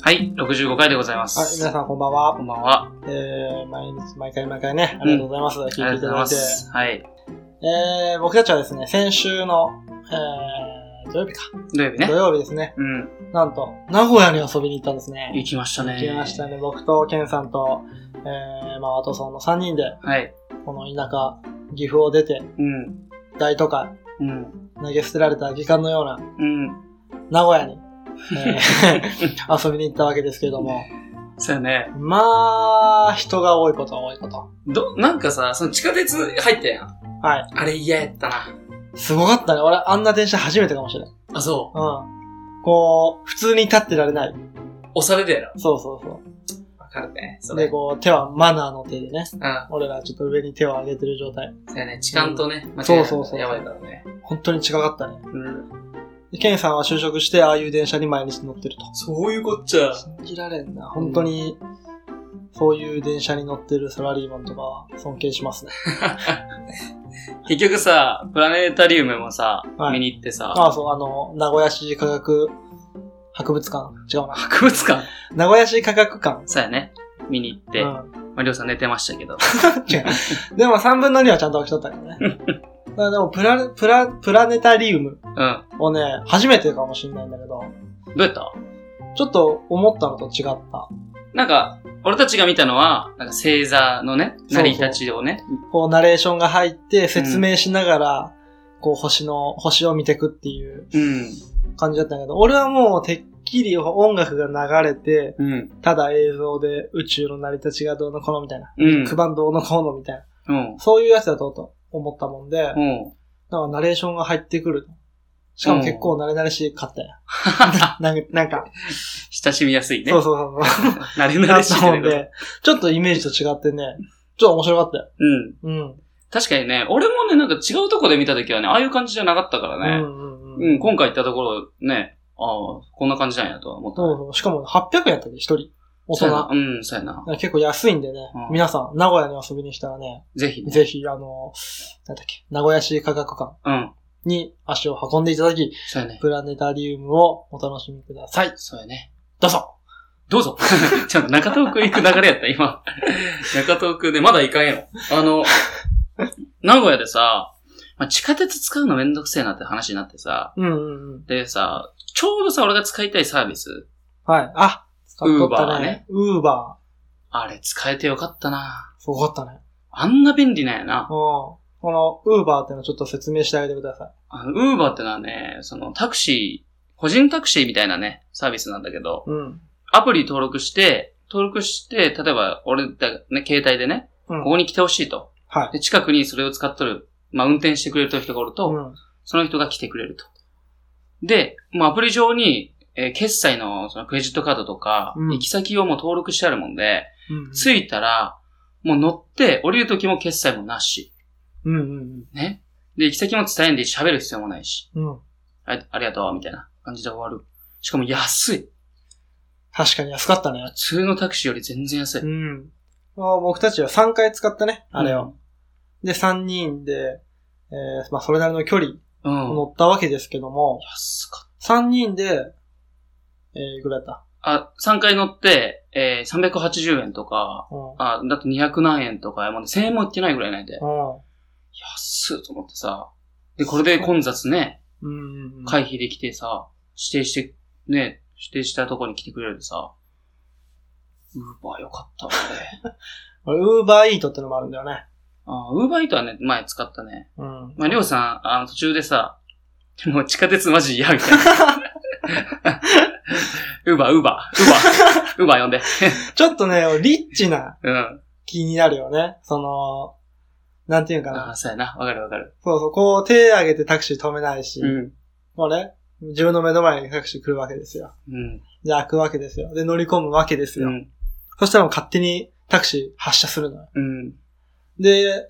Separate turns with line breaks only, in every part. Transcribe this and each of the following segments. はい、65回でございま
はい、
す。
皆さんこんばん
こ
は。
んばんは。
えー、毎日毎回毎回ね、ありがとうございます。
あり
聞
が
い
と
て
う
い
ござい
ただい
ま
て。
す。はい。
えー、僕たちはですね、先週の、えー、土曜日か。
土曜日ね。
土曜日ですね。
うん。
なんと、名古屋に遊びに行ったんですね。
行きましたね。
行きましたね。僕と、ケンさんと、えー、まあ、ワトソンの3人で、
はい。
この田舎、岐阜を出て、
うん。
大都会、
うん。
投げ捨てられた時間のような
うん。
名古屋に、えー 遊びに行ったわけですけれども、
そうやね。
まあ、人が多いことは多いこと。
ど、なんかさ、その地下鉄入ったやん。
はい。
あれ嫌やったな。
すごかったね。俺、あんな電車初めてかもしれない。
あ、そ
うん。こう、普通に立ってられない。
う。押されるやろ。
そうそうそ。
わかるね。そう
で、
れ。
こう、手はマナーの手でね。
うん。そ
俺らちょっと上に手を上げてる状態。
うやね。痴漢とね、間
そ
違
う
えた
そうそ
らや
う
ばいからね。
本当に違かったね。
うん。
でケンさんは就職して、ああいう電車に毎日乗ってると。
そういうこっちゃ。
信じられんな。本当に、そういう電車に乗ってるサラリーマンとかは尊敬しますね。
結局さ、プラネタリウムもさ、
はい
見に行ってさ、
ああ、そう、あの、名古屋市科学博物館。違うな。
博物館
名古屋市科学館。
そうやね。見に行って、
うん
まあ、りょうさん寝てましたけど。
でも3分の2はちゃんと起きとっ たからね。だからでもプラ、プラ、プラネタリウム
うん。
をね、初めてかもしれないんだけど、
どうやった
ちょっと思ったのと違った。
なんか、俺たちが見たのは、なんか星座のね、
そうそ
成
う
り立ちをね。
こう、ナレーションが入って説明しながら、こう、星の、星を見てくっていう
うん。
感じだったんだけど、俺はもう、てっきり音楽が流れて、
うん。
ただ映像で宇宙の成り立ちがどうのこうのみたいな、
うん。
クバンどうのこうのみたいな、
うん。
そういうやつだとと思ったもんで、
うん。
なんかナレーションが入ってくる。しかも結構慣れ慣れしかったよ。なんか、なんか、
親しみやすいね。
そうそうそ うそう。
慣れ慣
だ
れ
っ
しい
た
けど
もんで、ちょっとイメージと違ってね、ちょっと面白かったよ。
うん。
うん。
確かにね、俺もね、なんか違うとこで見た時はね、ああいう感じじゃなかったか
う
らね。
んうん
うん、
うん。
今回行ったところ、ね、ああ、こんな感じなんやとは思った
そう
ね。
そう。しかも800円やったで、一人。大
そうや
人
な。。うん、そうやな。
結構安いんでね、
うん
皆さん、名古屋に遊びに来たらね、
ぜひね。
ぜひ、あの、なんだっけ、名古屋市科学館
うん。
に足を運んでいただき、
そうやね。
プラネタリウムをお楽しみください。
そうやね。
どうぞ
どうぞ ちゃんと中東区行く流れやった、今。中東区で、まだ行かんやろ。あの、名古屋でさ、まあ、地下鉄使うのめんどくせえなって話になってさ、
うんうんうん。
でさ、ちょうどさ、俺が使いたいサービス、
はい。あ、使っとったね。ウーバ
あれ使えてよかったな
ー。すごかったね。
あんな便利なんやな
うん。。この、ウーバーってのちょっと説明してあげてください。
あの、ウーバーってのはね、そのタクシー、個人タクシーみたいなね、サービスなんだけど、
うん。
アプリ登録して、登録して、例えば俺だ、ね、携帯でね、
うん
ここに来てほしいと。
はい。
で、近くにそれを使っとる、まあ、運転してくれる人がおると、
うん。
その人が来てくれると。で、もうアプリ上に、えー決済のそのクレジットカードとか、
うん
行き先をもう登録してあるもんで、
うん
着いたら、もう乗って、降りる時も決済もなし。
うんうん
ね。で、行き先も伝えんで喋る必要もないし。
うん。うん。
あありがとう、みたいな感じで終わる。しかも安い。
確かに安かったね
普。通のタクシーより全然安い。
うん。まあ僕たちは3回使ったね、あれを。で、3人で、えー、まあそれなりの距離
うん。うん。
乗ったわけですけども、
安かっ
3人で、えー、いくらやった
た。あ、3回乗って、えー、380円とか、
うん。
あ、だって200何円とか、もう1000円もいってないぐらいなんで。
うん
安っと思ってさ。で、これで混雑ね、
うんうん。
回避できてさ、指定して、ね、指定したとこに来てくれるでさ、ウーバーよかったわ、 ね。
ウーバーイートってのもあるんだよね。
あウーバーイートはね、前使ったね。
うん。
まあ、りょうさん、あの、途中でさ、もう地下鉄マジ嫌みたいな。 ウーバー、ウーバー、ウーバー、ウーバー呼んで。
ちょっとね、リッチな
うん。
気になるよね。その、なんていうんか
あ
な。
あ、そうやな。わかるわかる。
そうそう、こう手上げてタクシー止めないし、
うん。
もうね、自分の目の前にタクシー来るわけですよ。
うん。
で、開くわけですよ。で、乗り込むわけです
う
よ。
ん。
そしたらもう勝手にタクシー発車するのよ。
うん。
で、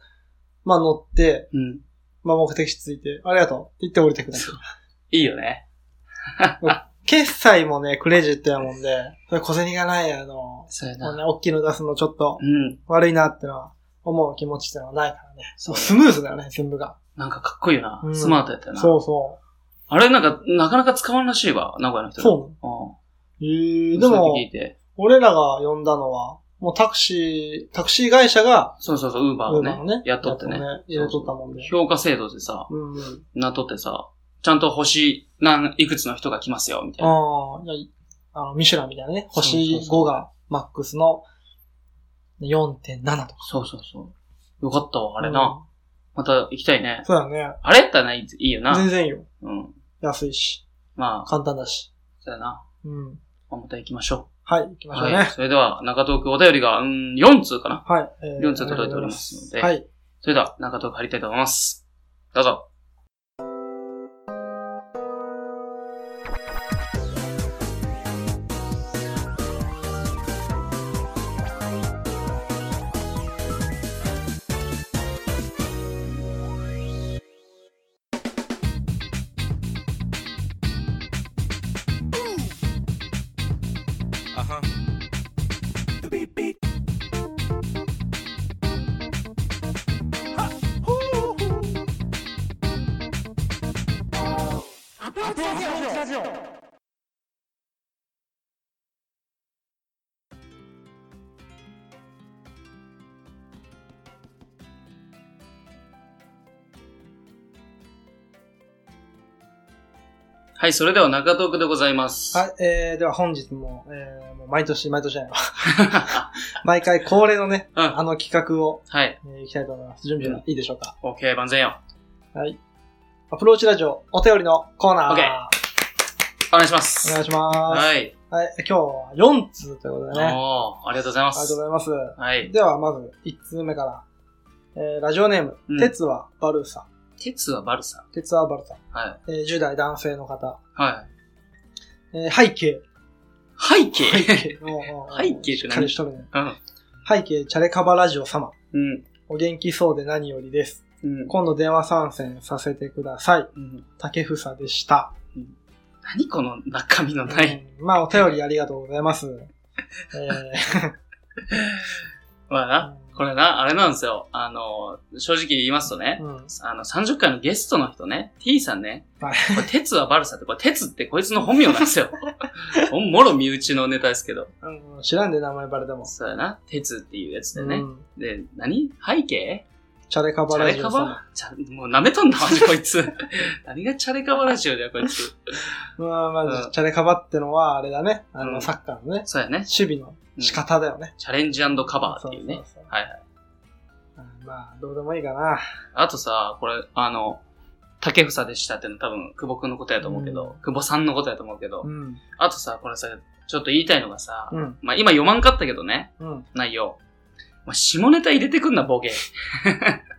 まあ乗って、
うん。
まあ目的地ついて、ありがとうって言って降りてくれる。
そう。いいよね。
決済もね、クレジットやもんで、それ小銭がないやの、
そうや
も
な。
うね、大きいの出すのちょっと
うん。
悪いなってのは、思う気持ちってのはないからね。そう、スムーズだよね、全部が。
なんかかっこいいよな
う。ん
スマートやったよな。
そうそ
あれなんか、なかなか使わんらしいわ、名古屋の
う。
人。う。
そう。えー、で
そうや
も
って、聞いて。
俺らが呼んだのは、もうタクシー、タクシー会社が、
そうそうそう、ウーバー
ウ
を
ーバーのね
ね、、雇ってね。
入れとったもんで。
評価制度でさ、
うんうん。
雇ってさ、ちゃんと星何、いくつの人が来ますよ、みたいな。
ああ、じゃああの、ミシュランみたいなね、
そうそうそう
星5がマックスの4.7とか。
そうそうそう。よかったわ、あれな。また行きたいね
うん。。そうだね。
あれやったらないいいよな
全。然いいよ。
うん。
安いし、
まあ、
簡単だし。
そうやな。
うん。
まあまた行きましょ
はい、行き
う。
ましょうね。
は。
はい
それでは、中東区お便りが、うん、4通かな。
い。え
4通届いておりますので
はい。
それでは、中東区入りたいと思います。どうぞ。
Uh-huh. Beep, beep. Ha!
はい、それでは中東区でございます。
はい、えー、では本日も、えー、もう毎年、毎年じゃないわ。 毎回恒例のね、
うん
あの企画を、
はい。
えー、いきたいと思います。準備はいいでしょうか。
OK、万全よ。
はい。アプローチラジオ、お便りのコーナー。
オッケお願いしま
お
す。
願いします。はい。
はい。
今日は4通ということでね。あり
おー、ありがとうございま
がとう
す
ご。ざいます。
はい。
では、まず1通目から。えー、ラジオネーム、
うん
鉄はバルーさん。
鉄はバルサ。
鉄はバルーさん。
はい。
えー、10代男性の方。
は
えー、背景。
い。背景
背景。もうもうもう
背景っ
してっかり
何
しとるね。
うん。
背景、チャレカバラジオ様。
うん。
お元気そうで何よりです。
うん。
今度電話参戦させてください。
うん
竹房でした。
何この中身のない。
うんまあ、お便りありがとうございます。え
まあな、これな、あれなんですよ。あの、正直言いますとね
ー、、うん。
あの、30回のゲストの人ね、T さんね、
はい
これ、鉄はバルサって、これ、鉄ってこいつの本名なん ですよ。ほんもろ身内のネタですけど。
うん知らんで名前バレても。
そうやな、鉄っていうやつで
う
ね。
ん
で、何背景
チャレカ
チ
バ
ャ
ラ
レ
ジ
カ
オ
バ
様。
チャもう舐めとんな、マジこいつ。 何がチャレカバラジオだよ、こいつ。
まあ、ま
う
ず
ん、
チャレカバってのは、あれだね。あの、
うん
サッカーのね、
そうやね。
守備の仕方だよね。
チャレンジカバーっていうね。
そうそうそう
はいはい。
うんまあ、どうでもいいかな。
あとさ、これ、あの、竹房でしたっての多分、久保くんのことやと思うけど、久保さんのことやと思うけど、
うん。
あとさ、これさ、ちょっと言いたいのがさ、
うん。
まあ今読まんかったけどね、
うん。
内容。まあ、下ネタ入れてくんな、ボケ。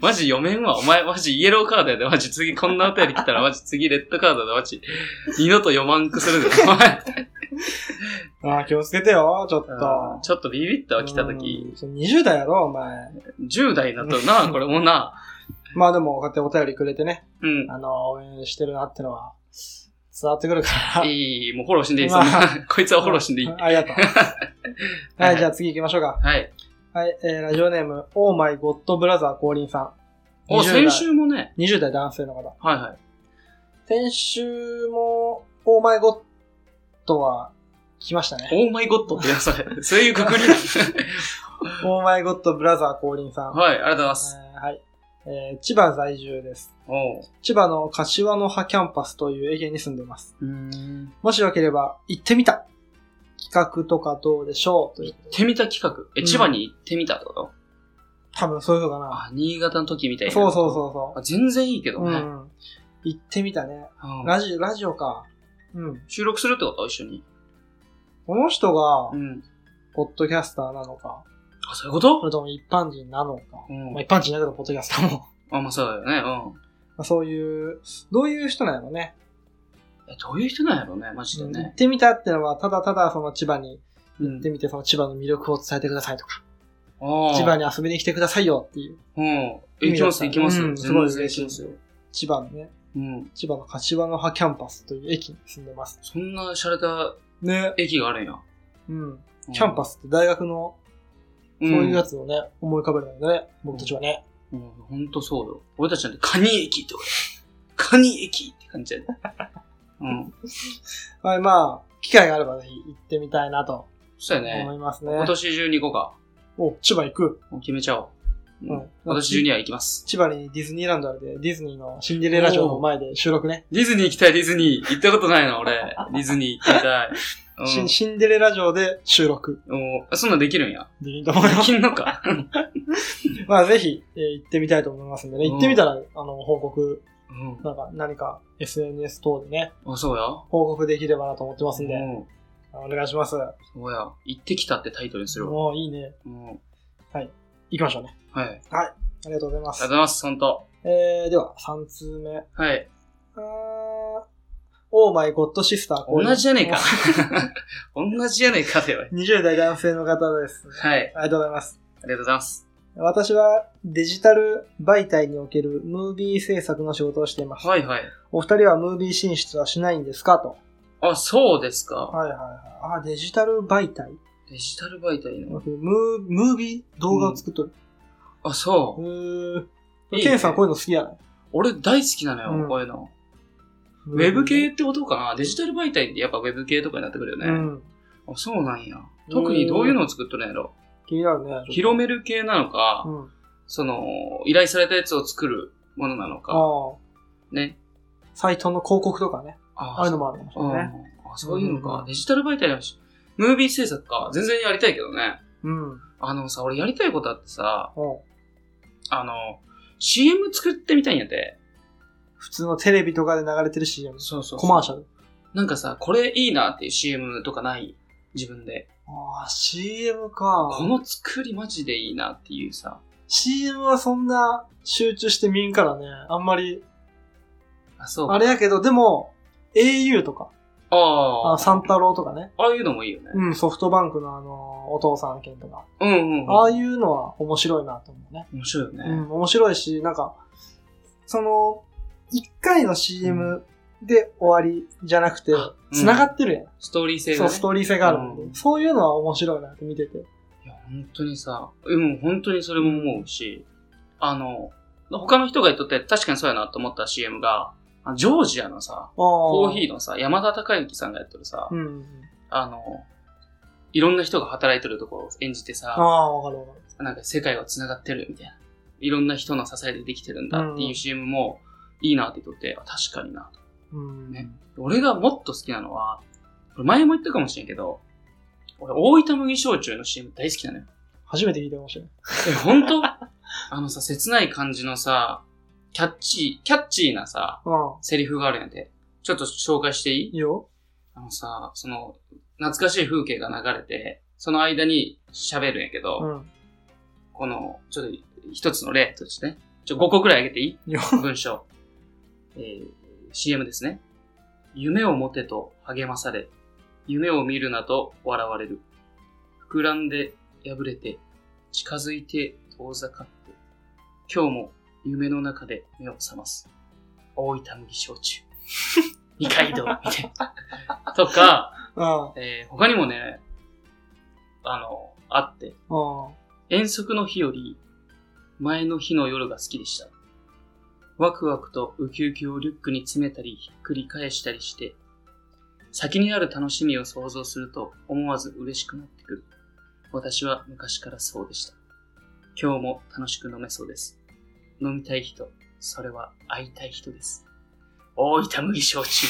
マジ読めんわ。お前、マジイエローカードやで。マジ次こんなお便り来たら、マジ次レッドカードで、マジ二度と読まんくするで。お前
ああ、気をつけてよ、ちょっと。
うんちょっとビビったわ、来た時。
うん。そう20代やろ、お前。
10代だとな、これも な。
まあでも、こうやってお便りくれてね、
うん。
あの、応援してるなってのは、伝わってくるから。
いいいい、もうフォローしんでいい。そ
まあ
んな、 こいつはフォローしんでいい。
うんありがとう。 はい、じゃあ次行きましょうか。
はい。
はい、えー、ラジオネーム、オーマイゴッドブラザー降臨さん。
お、
20
先
代
週もね。
20代男性の方。
はいはい。
先週も、オーマイゴッドは、来ましたね。
オーマイゴッドってやつそれ。そういうくく り。
オーマイゴッドブラザー降臨さん。
はい、ありがとうございます。
えーはい。えー千葉在住です。
おう。
千葉の柏の葉キャンパスというエリアに住んでます。
うん。
もしよければ、行ってみた企画とかどうでしょうということで
てみた企画。え、
うん
千葉に行ってみたってこと
多分そういうのかな。
あ、新潟の時みたいな。
そうそうそうそう。
あ全然いいけど
う
ね。
ん。行ってみたね。
うん
ラジオ、ラジオか。うん。
収録するってこと一緒に。
この人が
う、ん。
ポッドキャスターなのか、
あ、そういうこ
そ
と
れとも一般人なのか。
うん
まあ、。一般人だけど、ポッドキャスターも。
あ、まあそうだよね。
まあ、そういう、どういう人なのね。
うん。え、どういう人なんやろうね、マジで
うん行っ
ね。
てみたってのは、ただただその千葉に
うん
行ってみて、その千葉の魅力を伝えてくださいとか、
ああ。
千葉に遊びに来てくださいよっていう、
うん。え行きます、行きます
う。
全
ん
然
すごい
行き
嬉
ま
し
す
い
よ。
千葉のね、
うん。
千葉の柏の葉キャンパスという駅に住んでます。
そんな洒落た
ね。
駅があるんや。
うん。キャンパ
ス。
スって大学の、そういうやつをね、思い浮かべるんだよね、僕たちはね。
うん、 ほんとそうよ。俺たちなんてカニ駅とか、カニ駅って感じやね。うん。
はい、まあ、機会があればぜひ行ってみたいなと
そうや
思
ね。
いますね。
今年中に行こ
お、千葉行く
う。か。もう決めちゃおう。う
うん
ん。今年中には行きます。
千葉にディズニーランドあるで、ディズニーのシンデレラ城の前で収録ね。
ディズニー行きたい、ディズニー。行ったことないな、 俺。ディズニー行きたい。
シンシンデレラ城で収録
うん。おそんなんできるんや。
できると思
で
い ます。
きんの か。
まあぜひ、えー行ってみたいと思いますんでね。行ってみたら、あの、報告、
う
なんか、何か SNS 等でね、
ん。あ、そうや。
報告できればなと思ってますんで、
うん。
お願いします。
そうや。行ってきたってタイトルにするわ。
もういいね。
うん。はい。
行きましょうね。
ありがと
ありがとうございま
うご
す。
ざいます、ほんと。
えー、では、3通目。
はい。
あー、オーマイゴッドシスター。
同じじゃねえ か。。同じじゃねえかでは。
20代男性の方です。
はい。
ありがとうございます。
ありがとうございます。
私はデジタル媒体におけるムービー制作の仕事をしています。
はいはい。
お二人はムービー進出はしないんですかと。
あ、そうですか。
はいはいはい。あ、デジタル媒体
デジタル媒体
ム
の。
ームービー動画を作っとる。
あ、そうう。
ーん。
いいね
ケンさんこういうの好きやない
俺大好きなの
う
よ、
ん
こういうの。ウェブ系ってことかなデジタル媒体ってやっぱウェブ系とかになってくるよ
う
ね。
ん。
あ、そうなんや。特にどういうのを作っとるんやろ。
気になるね。
広める系なのか、
うん。あ
その、依頼されたやつを作るものなの
あ
か、
ー。
ね。
サイトの広告とかね。ああいうのもあるかもしれ
あ
ないね。
あそういうの
うんうん
か
う。ん
デジタル媒体のし、ムービー制作か。全然やりたいけどね。
うん。うん。
あのさ、俺やりたいことあってさ、あの、CM 作ってみたいんやて。
普通のテレビとかで流れてる CM。
そうそ
コマーシャル。
なんかさ、これいいなっていう CM とかない自分で。
ああ、CM か。
この作りマジでいいなっていうさ。
CM はそんな集中して見んからね、あんまり。
あ、そう。
あれやけど、でも、au とか、
あ
あ
あ。
三太郎とかね。
ああいうのもいいよね。
うん、ソフトバンクのあの、お父さん件とか。
うんうんうん。
ああいうのは面白いなと思うね。
面白いよ
う
ね。
ん、面白いし、なんか、その、一回の CM で終わりじゃなくて
うん、
繋がってるやん。
ストーリー性が
そう、
ね。
ストーリー性があるんで、
うん
そういうのは面白いなって見てて。
いや、本当にさ、うん、本当にそれも思うし、あの、他の人が言っとって確かにそうやなと思った CM が、あジョージアのさ、コ
コ
ーヒーのさ、山田孝之さんがやってるさ、
うん。
あの、いろんな人が働いてるところを演じて
あ
さ、
あ、わかるわかる。
なんか世界は繋がってるみたいな。いろんな人の支えでできてるんだって
う
い
ん
う CM もいいなって言っとって、あ確かにな。
うん。
ね俺がもっと好きなのは、これ前も言ったかもしれんけど、俺大分麦焼酎の CM 大好きなのよ。
初めて聞いたかもしれない。
え、本 当あのさ、切ない感じのさ、キャッチー、キャッチーなさ、
うん。
セリフがあるんやて。ちょっと紹介していい
いいよ。
あのさ、その、懐かしい風景が流れて、その間に喋るんやけど、
うん。
この、ちょっと一つの例としてね、ちょ、5個くらいあげていい
いいよ。
文章。えー、CM ですね。夢を持てと励まされ、夢を見るなと笑われる。膨らんで破れて、近づいて遠ざかって、今日も夢の中で目を覚ます。大分麦焼酎。二階堂みたいな。とか、
うん。
えー他にもね、あの、あって、
うん。
遠足の日より前の日の夜が好きでした。ワクワクとウキウキをリュックに詰めたりひっくり返したりして、先にある楽しみを想像すると思わず嬉しくなってくる。私は昔からそうでした。今日も楽しく飲めそうです。飲みたい人、それは会いたい人です。大分麦焼酎、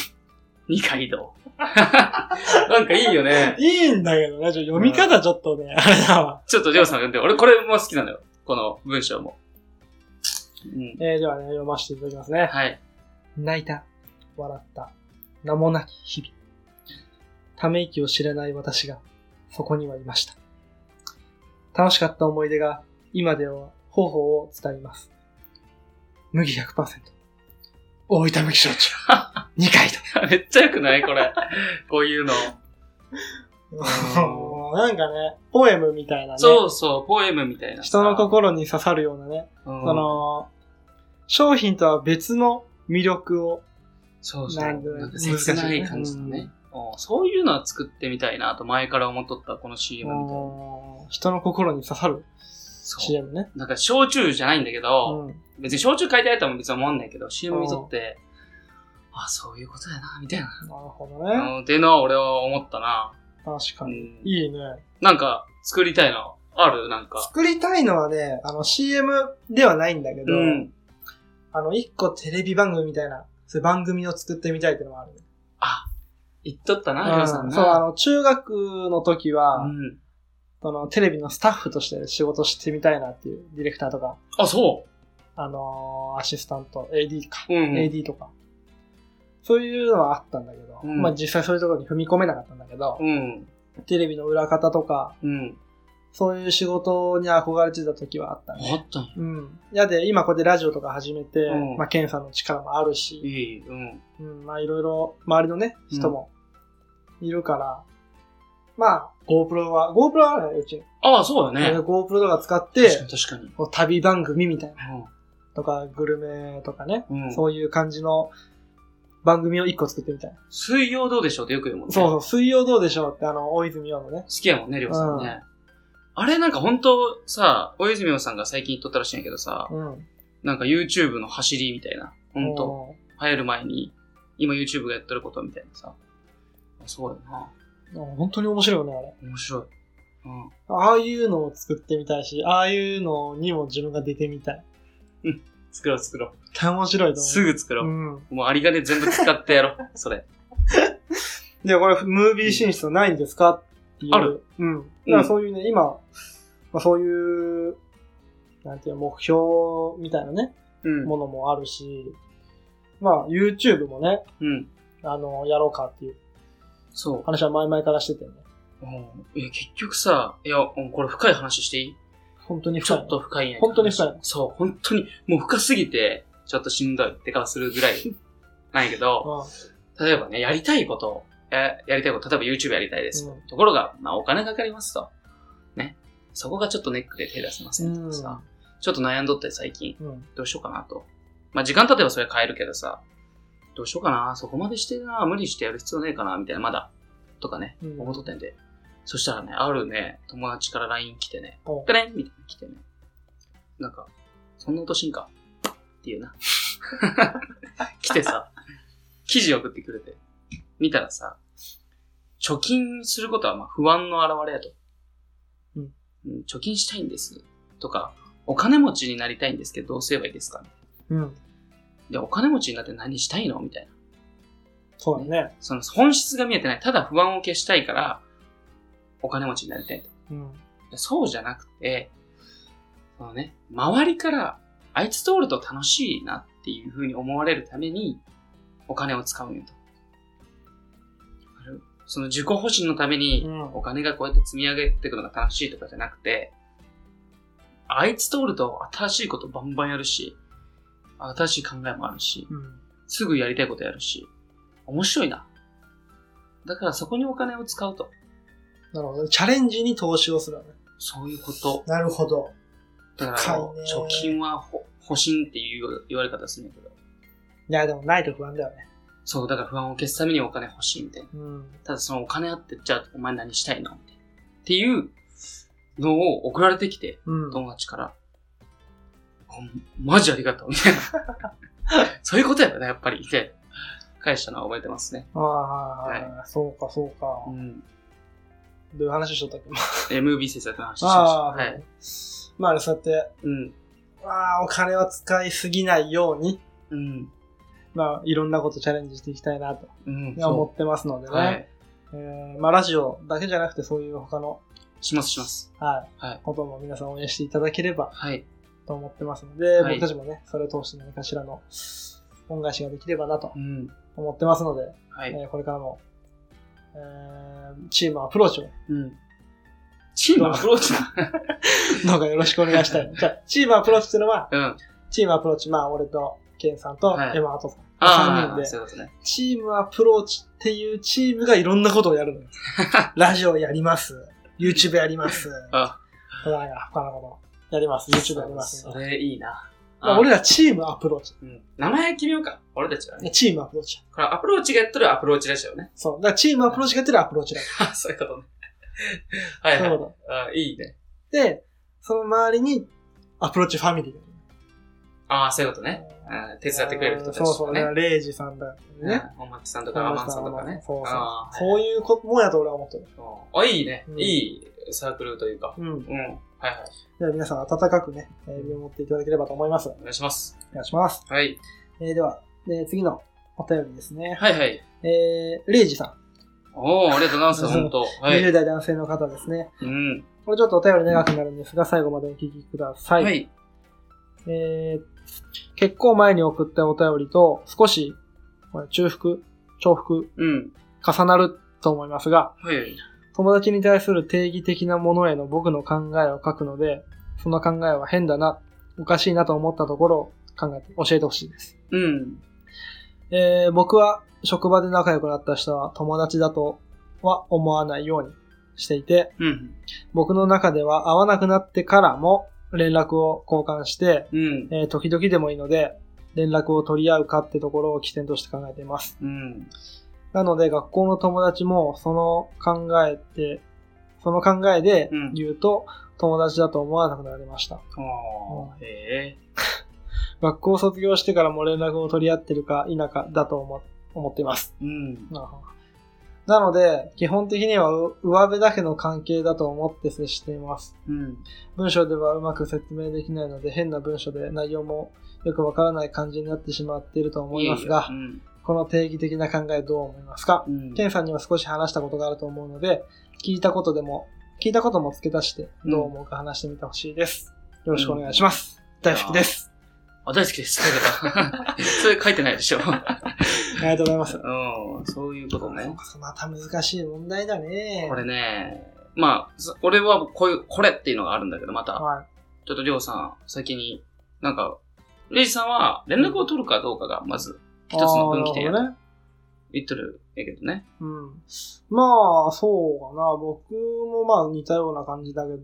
二階堂。 なんかいいよね。
いいんだけどね、ちょ読み方ちょっとね、あれだわ。
ちょっとジョーさんが読んで、俺これも好きなのよ。この文章も。うん。
えー、ではね、読ませていただきますね。
はい。
泣いた、笑った、名もなき日々。ため息を知らない私が、そこにはいました。楽しかった思い出が、今では方法を伝えます。麦100%。大分麦 焼酎。2回だ。
めっちゃ良くないこ れ。こういうの。
うんなんかね、ポエムみたいなね。
そうそう、ポエムみたいな。
人の、心に刺さるようなね。
うん、
その、商品とは別の魅力を。
そうそう。
な
なんん
で
か切ない感じの
難しい
ね。おそういうのは作ってみたいなと前から思っとった、この CM みたいな。
うん人の心に刺さる
そう。
CM ね。
なんか焼酎じゃないんだけど、
うん
別に焼酎書いてあるとも別に思わんないけど、CM 見とって、あ、そういうことやな、みたいな。
なるほどね。
うんっていうのは俺は思ったな。
確か
う
に。
ん
いいね。
なんか、作りたいのあるなんか。
作りたいのはね、あの CM ではないんだけど、
うん。
あの、一個テレビ番組みたいな、そういう番組を作ってみたいっていうのもあるね。
あ、言っとったな、りょうさ
うんん
な。
そう、あの、中学の時は、
うん。
その、テレビのスタッフとして仕事してみたいなっていう、ディレクターとか、
あ、そ
あのーアシスタント、AD か、
う。うん。
AD とか、そういうのはあったんだけど、
うん
まあ実際そういうところに踏み込めなかったんだけど、
うん。
テレビの裏方とか、
うん。
そういう仕事に憧れてた時はあったね。
あったんや。
うん。いやで、今こうやってラジオとか始めて、
うん
まあ、ケンさんの力もあるし
い、い、うん。
うん、まあいろいろ周りのね、人もいるから、まあ GoPro は、GoPro はあるよ、うちに。
ああ、そうだね。
GoPro とか使っ
確か
て、
に確かに。
こう旅番組みたいな、とかグルメとかね、
うん。うん、
そういう感じの番組を一個作ってみたいな。
水曜どうでしょうってよく言うもんね。
そう
好
そう、水曜どうでしょうってあの、大泉洋のね。
きやもんね、りょうさんね。あれなんか本当さ、大泉洋さんが最近言っとったらしいんやけどさ、
うん。
なんか YouTube の走りみたいな。本当
も
流行る前に、今 YouTube がやってることみたいなさ。そうだよな。
う。もう本当に面白いよね、あれ。
面白い。うん。
ああいうのを作ってみたいし、ああいうのにも自分が出てみたい。
作ろう作ろ。
絶対面白いうと思う。
すぐ作ろう。
うん。
もうありがね全部使ってやろう。それ。
で、これ、ムービー進出ないんですかっていう。
ある
うん。だからそういうね、今、まあ、そういう、なんていうの目標みたいなね、
うん。
ものもあるし、まあ、YouTube もね、
うん。
あの、やろうかっていう
そう。
話は前々からしててね。
うんいや、結局さ、いや、うんこれ深い話していい
本当に
ち
深
ょ
い。
っと深いんやけど
本当に深い。
そう、本当に、もう深すぎて、ちょっとしんどいって顔するぐらい、 なんやけど、例えばね、やりたいこと、ややりたいこと、例えば YouTube やりたいです。
うん
ところが、まあお金かかりますと。ね。そこがちょっとネックで手出せませんとかさ、ちょっと悩んどって最近、
うん。うん。
どうしようかなと。まあ時間経てばそれは変えるけどさ、どうしようかな、そこまでしてな、無理してやる必要ねえかな、みたいな、まだ、とかね、
うん
思っとってんで。そしたらね、あるね、友達から LINE 来てね、
お
ペレンみたいなの来てね。なんか、そんな落としんかっていうな。 来てさ、記事送ってくれて。見たらさ、貯金することはまあ不安の表れやと。
うん
うん。貯金したいんです。とか、お金持ちになりたいんですけど、どうすればいいですか
うん。
で、お金持ちになって何したいのみたいな。
そうだね。
その本質が見えてない。ただ不安を消したいから、お金持ちになりたいと。
うん。
そうじゃなくて、そのね、周りから、あいつ通ると楽しいなっていう風に思われるために、お金を使うんよと。わかるその自己保身のために
う、ん
お金がこうやって積み上げていくのが楽しいとかじゃなくて、あいつ通ると新しいことバンバンやるし、新しい考えもあるし、
うん。
すぐやりたいことやるし、面白いな。だからそこにお金を使うと。
なるほど。チャレンジに投資をするわね。
そういうこと。
なるほど。
だからあの、
深いね
貯金はほ保身っていう言われ方するんだけど。
いや、でもないと不安だよね。
そう、だから不安を消すためにお金欲しいみたいな。
うん。
ただそのお金あって、じゃあお前何したいのみたいな。っていうのを送られてきて、
うん。
友達から。あマジありがとう、みたいな。 そういうことやよね、やっぱり。で、返したのは覚えてますね。
ああ、はいはいはい。そうか、そうか
う。ん。
どういう話しとったっけ
MV 制作の話しました。
ああ、
はい。。
まあ、そうやって、
うん。
ああ、お金は使いすぎないように、
うん。
まあ、いろんなことチャレンジしていきたいなと
うん。
思ってますのでね。
はい。
えーまあ、ラジオだけじゃなくて、そういう他の、
します、します。
はい、
はい。
ことも皆さん応援していただければ
はい。
と思ってますので、
はい
僕たちもね、それを通して何かしらの恩返しができればなと
うん。
思ってますので、
はい。
えーこれからも、えーチームアプローチを
うん。チームアプローチだ。
どうかよろしくお願 いしたい。じゃあ、チームアプローチっていうのは、
うん。
チームアプローチ、まあ、俺と、ケンさんと、
はい
エマートさん。
あ
3
あ、
人
そうい
で、
うことね。
チームアプローチっていうチームがいろんなことをやる のよ。ラジオやります。YouTube や ります。
あ、
他の他のことやります。YouTube やります。
それいいな。
まあ、俺らチームアプローチ。
うん名前決めようか。俺たちはね。
チームアプローチ。
これアプローチがやっとるアプローチでしたよね。
そう。だからチームアプローチがやってるアプローチだか
あそういうことね。 はい
ら。
はいう
そうい。こと
あいいね。
で、その周りにアプローチファミリーがいる。
ああ、そういうことね。うん手伝ってくれる人たちとかね。
そうそう、だからレイジさんだよね。
うん。本町さんとかアマンさんとかね。
そうそう
あ。ー
そういうこともやと俺は思ってる。
あ、いいね
う。ん
いいサークルというか。
うん。
うん。はいはい。
では皆さん温かくね、えー見守っていただければと思います。
お願いします。
お願いします。
はい。
えーでは、えー次のお便りですね。
はいはい。
えー、レイジさ
おー、ありがとうございます、本当
ん、
はい。
20代男性の方ですね。
うん。
これちょっとお便り長くなるんですが、最後までお聞きください。
はい。
えー結構前に送ったお便りと、少し、これ中腹、重複、
うん。
重なると思いますが、
はい。
友達に対する定義的なものへの僕の考えを書くので、その考えは変だな、おかしいなと思ったところを考えて、教えてほしいです。
うん。
えー僕は職場で仲良くなった人は友達だとは思わないようにしていて、
うん。
僕の中では会わなくなってからも連絡を交換して、
うん。
えー時々でもいいので、連絡を取り合うかってところを起点として考えています。
うん。
なので、学校の友達も、その考えて、その考えで
うん
言うと、友達だと思わなくなりました。
あー、へえ。
学校を卒業してからも連絡を取り合ってるか否かだと思思っています。
うん。
なるほどなので、基本的にはう上辺だけの関係だと思って接しています。
うん。
文章ではうまく説明できないので、変な文章で内容もよくわからない感じになってしまっていると思いますが、
ええうん。
この定義的な考えどう思いますか
うん
ケンさんには少し話したことがあると思うので、聞いたことでも、聞いたことも付け足して、どう思うか話してみてほしいです。よろしくお願いします。大好きです。
あ、大好きです。そういう 方それ書いてないでしょ。
ありがとうございます。
うん。そういうこと
そう
ね。
かまた難しい問題だね。
これね、まあ、そ俺はこういう、これっていうのがあるんだけど、また、
は
ちょっとりょうさん、先に、なんか、レイジさんは連絡を取るかどうかが、まず、
い。
一つの分岐
あー
点
なるほどね。
言っとるんやけどね。
うん。まあ、そうかな。僕もまあ似たような感じだけど、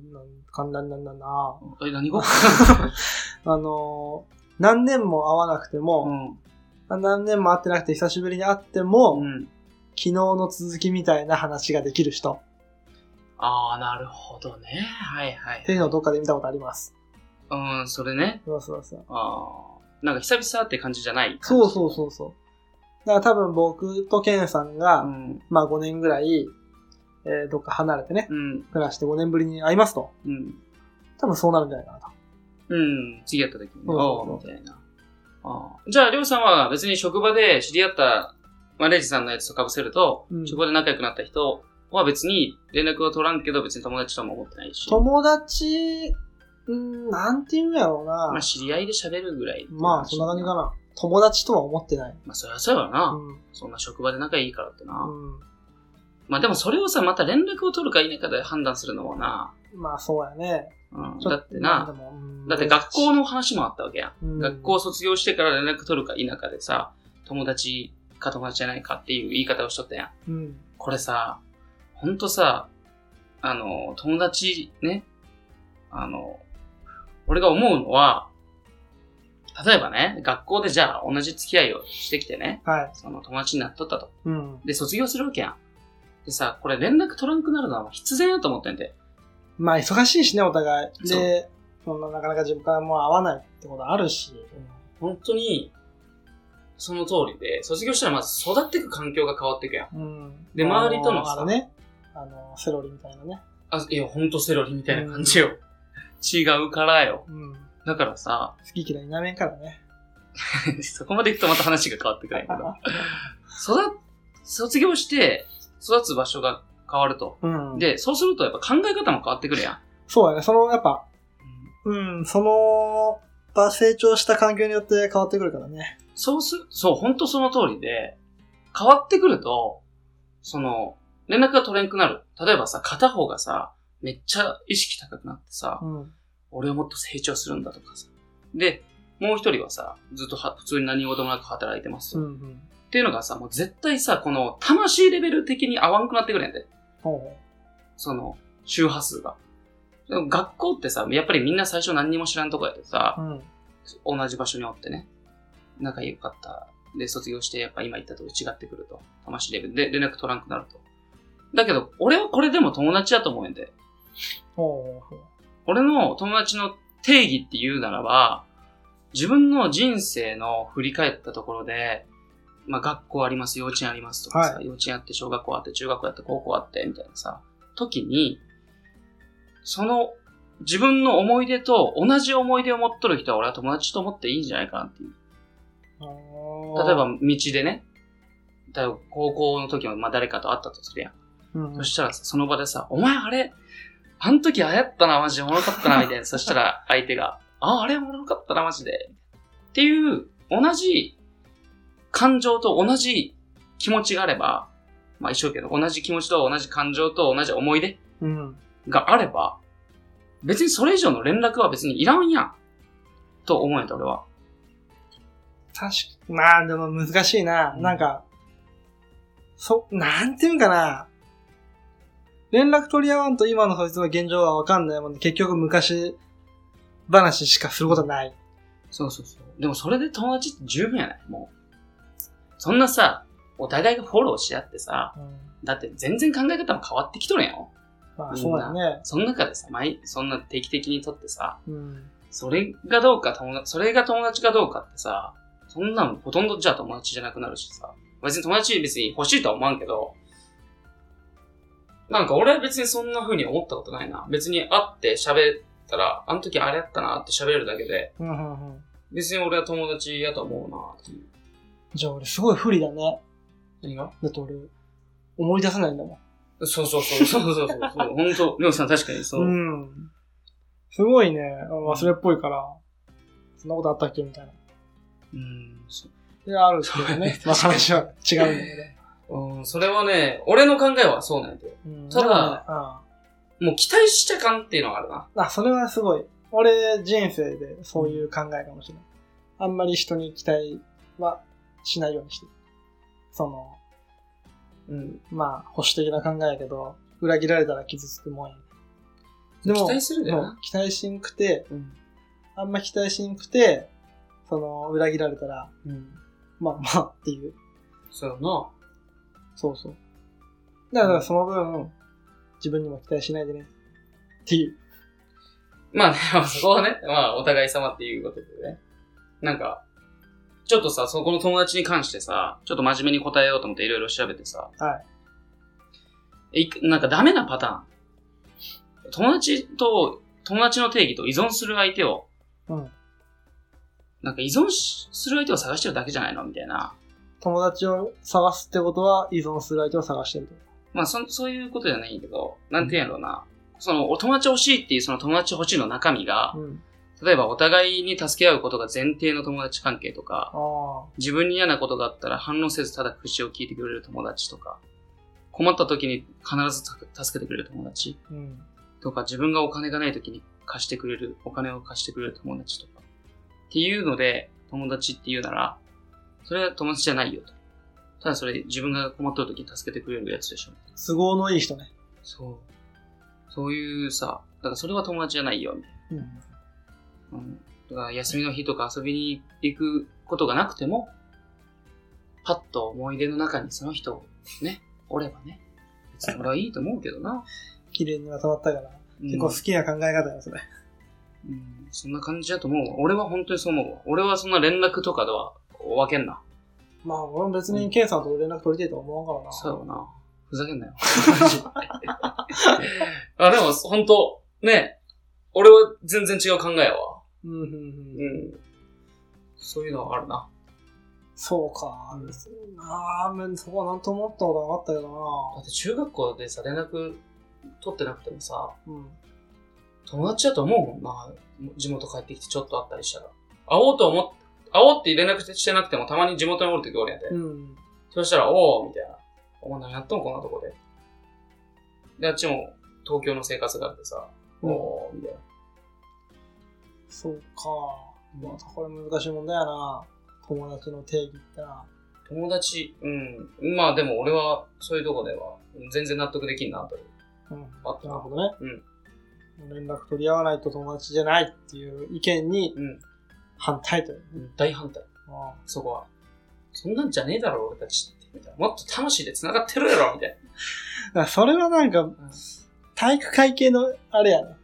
簡単なんだな。
え、何が
あのー、何年も会わなくて
う
も、
ん。
何年も会ってなくて久しぶりに会っても、
うん。
昨日の続きみたいな話ができる人
ああ、なるほどね。はいは
っていうのをどっかで見たことあります。
い。うん、それね。
そうそうそう。
ああ、なんか久々って感じじゃない感じ
そうそうそうそう。だから多分僕とケンさんが、
うん。
まあ5年ぐらい、えーどっか離れてね、
うん。
暮らして5年ぶりに会いますと。
うん。
多分そうなるんじゃないかなと。
うん。次やった時に、
そう
お
そう
う
そう
みたいな。あーじゃあ、りょうさんは別に職場で知り合った、まあ、レイジさんのやつと被せると、
うん
職場で仲良くなった人は別に連絡は取らんけど、別に友達とも思ってないし。
友達、うんなんて言うんやろうな。
まあ、知り合いで喋るぐらい。
まあ、そんな感じか。な。友達とは思ってない。
まあ、そりゃそうやわな、
うん。
そんな職場で仲いいからってな。
うん。
まあ、でもそれをさ、また連絡を取るか否かで判断するのはな。
まあ、そうやね。
うん、
ちょ
だってな、
でもうん
だって学校の話もあったわけやん。
うん
学校卒業してから連絡取るか否かでさ、友達か友達じゃないかっていう言い方をしとったやん。
うん。
これさ、ほんとさ、あの、友達ね、あの、俺が思うのは、例えばね、学校でじゃあ同じ付き合いをしてきてね、
はい。
その友達になっとったと。
うん。
で、卒業するわけやん。でさ、これ連絡取らんくなるのは必然やと思ってんで。
まあ、忙しいしね、お互い。
そう
で、そんななかなか自分からもう会わないってことあるし。
本当に、その通りで、卒業したらまず育っていく環境が変わっていくやん。
うん。
で周りとの
あ
さ
のね、あの、セロリみたいなね。
あ、いや、ほんとセロリみたいな感じよ。違うからよ。
うん。
だからさ、
好き嫌いなめんからね。
そこまで行くとまた話が変わってくるんやけど。育っ、卒業して、育つ場所が変わると。
うん。、
で、そうするとやっぱ考え方も変わってくるやん。
そうやね。その、やっぱ、うん、その、場成長した環境によって変わってくるからね。
そうする、そう、ほんとその通りで、変わってくると、その、連絡が取れんくなる。例えばさ、片方がさ、めっちゃ意識高くなってさ、
うん。
俺はもっと成長するんだとかさ。で、もう一人はさ、ずっとは普通に何事もなく働いてますと、
うん、
っ
うん。
ていうのがさ、もう絶対さ、この魂レベル的に合わんくなってくるんやで。
ほうほ
その、周波数が。でも学校ってさ、やっぱりみんな最初何にも知らんとこやでさ
う。、うん。
同じ場所におってね、仲良かった。で、卒業して、やっぱ今言った通り違ってくると。魂レベルで連絡取らんくなると。だけど、俺はこれでも友達やと思うんで。
ほうほうほう。
俺の友達の定義って言うならば、自分の人生の振り返ったところで、まあ学校あります、幼稚園ありますとかさ、
は
幼稚園あって、小学校あって、中学校あって、高校あって、みたいなさ、時に、その自分の思い出と同じ思い出を持っとる人は俺は友達と思っていいんじゃないかなっていう。
例
例えば、道でね、だから高校の時もまあ誰かと会ったとするやん。
うんうん
そしたらさその場でさ、お前あれ、あの時あれやったな、マジでおもろかったな、みたいな。そしたら相手が、あ、あれおもろかったな、マジで。っていう、同じ感情と同じ気持ちがあれば、まあ一生懸命同じ気持ちと同じ感情と同じ思い出
うん。
があれば、別にそれ以上の連絡は別にいらんやん。と思うんやった、俺は。
確か、まあでも難しいな。
うん
なんか、そ、なんていうんかな。連絡取り合わんと今のそいつの現状はわかんないもんね。結局昔話しかすることはない。
そうそうそう。でもそれで友達って十分やないもう。そんなさ、お互いがフォローし合ってさ、だって全然考え方も変わってきとるやん。
まあそうだよね。
その中でさ、毎、そんな定期的にとってさ、
うん。
それがどうか友達、それが友達かどうかってさ、そんなんほとんどじゃあ友達じゃなくなるしさ、別に友達別に欲しいとは思わんけど、なんか俺は別にそんな風に思ったことないな。別に会って喋ったら、あの時あれやったなって喋れるだけで、
うんうんうん。
別に俺は友達やと思うなっていう。
じゃあ俺すごい不利だね。
何が
だって俺、思い出せないんだもん。
そうそうそう、そうそうそうそう、本当 りょうさん確かにそう。
ん。すごいね、忘れっぽいから、そんなことあったっけみたいな。
うん、そう
で、あるんですけどね。まあ話は違うんだけど。
うん、それはね、俺の考えはそうなんだよ。
う ん
ただ
でもねうん
もう期待しちゃかんっていうのがあるな。
あ、それはすごい。俺、人生でそういう考えかもしれない。あんまり人に期待はしないようにしてる。その、うん、まあ、保守的な考えやけど、裏切られたら傷つくもんや。でも、
期待するんだよな
もう期待しんくて、
うん。
あんま期待しんくて、その、裏切られたら、
うん。
まあまあっていう。
そうやな。
そうそう。だからその分、自分にも期待しないでね。っていう。
まあね、 まあそこはね、まあお互い様っていうことでね。なんか、ちょっとさ、そこの友達に関してさ、ちょっと真面目に答えようと思っていろいろ調べてさ。。
はい
いくなんかダメなパターン。友達と、友達の定義と依存する相手を、
うん。
なんか依存しする相手を探してるだけじゃないのみたいな。
友達を探すってことは依存する相手を探してると。
まあそ、そういうことじゃないんやけど、なんていうんやろうな。その、お友達欲しいっていうその友達欲しいの中身が、
うん。
例えばお互いに助け合うことが前提の友達関係とか、
あ
自分に嫌なことがあったら反応せずただ口を聞いてくれる友達とか、困った時に必ずた助けてくれる友達
あ。うん。
とか、自分がお金がない時に貸してくれる、お金を貸してくれる友達とか、っていうので友達っていうなら、それは友達じゃないよと。ただそれ自分が困ってる時に助けてくれるやつでしょ。
都合のいい人ね。
そう。そういうさ、だからそれは友達じゃないよ、みたいな。
う
う
ん。
ん、だから休みの日とか遊びに行くことがなくても、パッと思い出の中にその人をね、おればね、別に俺はいいと思うけどな。
綺麗にまとまったから。
うん
結構好きな考え方よ、それ。
うんそんな感じだと思うわ。俺は本当にそう思うわ。俺はそんな連絡とかでは分けんな。
まあ、俺も別にケンさんと連絡取りたいと思うからな。
そうよな。ふざけん なよ。 マジであ、でも本当、ね、俺は全然違う考えやわ。
うん、うん、
う
うん。
ん。そういうのはあるな。
そうか。別にああ、めんそこはなんとも思ったことなかったけ
だ
ど
って中学校でさ、連絡取ってなくてもさ、
な。うん。
友達だと思うもんな。地元帰ってきてちょっと会ったりしたら。会おうと思って、会おうって連絡してなくてもたまに地元におるときおるんやて。
うん。
そしたら、おおみたいな。お前何やっとんこんなとこで。で、あっちも東京の生活があってさ、
う
お
ん
おみたいな。
そうか。またこれ難しい問題やな。友達の定義ってな。
友達、うん。まあでも俺はそういうとこでは全然納得できんなという。
うん。
あった
なる
な。
ほどね。連絡取り合わないと友達じゃないっていう意見に
うん。
反対という。
うん。大反対。
ああ
そこは。そんなんじゃねえだろ、俺たちって。みたいな。もっと楽しいで繋がってるやろ、みたいな。
だからそれはなんか、体育会系のあれやね。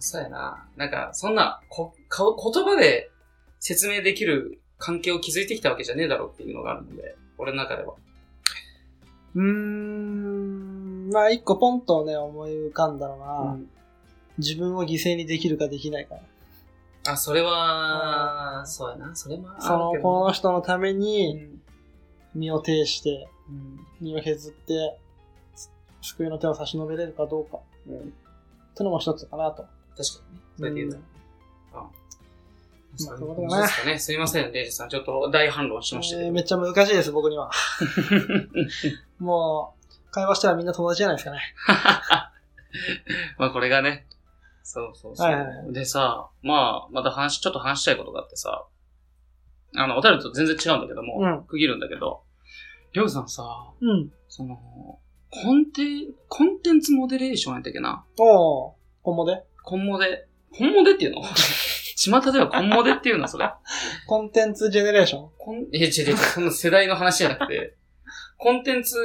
そうやな。なんか、そんな、こ、か言葉で説明できる関係を築いてきたわけじゃねえだろうっていうのがあるので、俺の中では。
うーん、まあ一個ポンとね、思い浮かんだのは、
うん
自分を犠牲にできるかできないか。
あ、それは、そうやな、それもあるけ
その、
ど
この人のた
う
めに
ん
身を挺して、
うん
身を削って、救いの手を差し伸べれるかどうか。
うん
ってのも一つかなと。
確かにね。それで言うなら。あそういうこと
まあ
ですかね。すいません、レイジさん。ちょっと大反論しましたけ
えー
ど。
めっちゃ難しいです、僕 には。もう、会話したらみんな友達じゃないですかね。
まあこれがね。そうそうそう。
はいはいは
でさ、まあ、また話、ちょっと話したいことがあってさ、あの、お便りと全然違うんだけども、
うん
区切るんだけど、りょうさんさ、
うん。
その、コンテ、コンテンツモデレーションやったっけな
おお今後で
コンモデ。コンモデって いうの巷ではコンモデっていうのそれ。
コンテンツジェネレーション
こん、え、違う違う、その世代の話じゃなくて、コンテンツ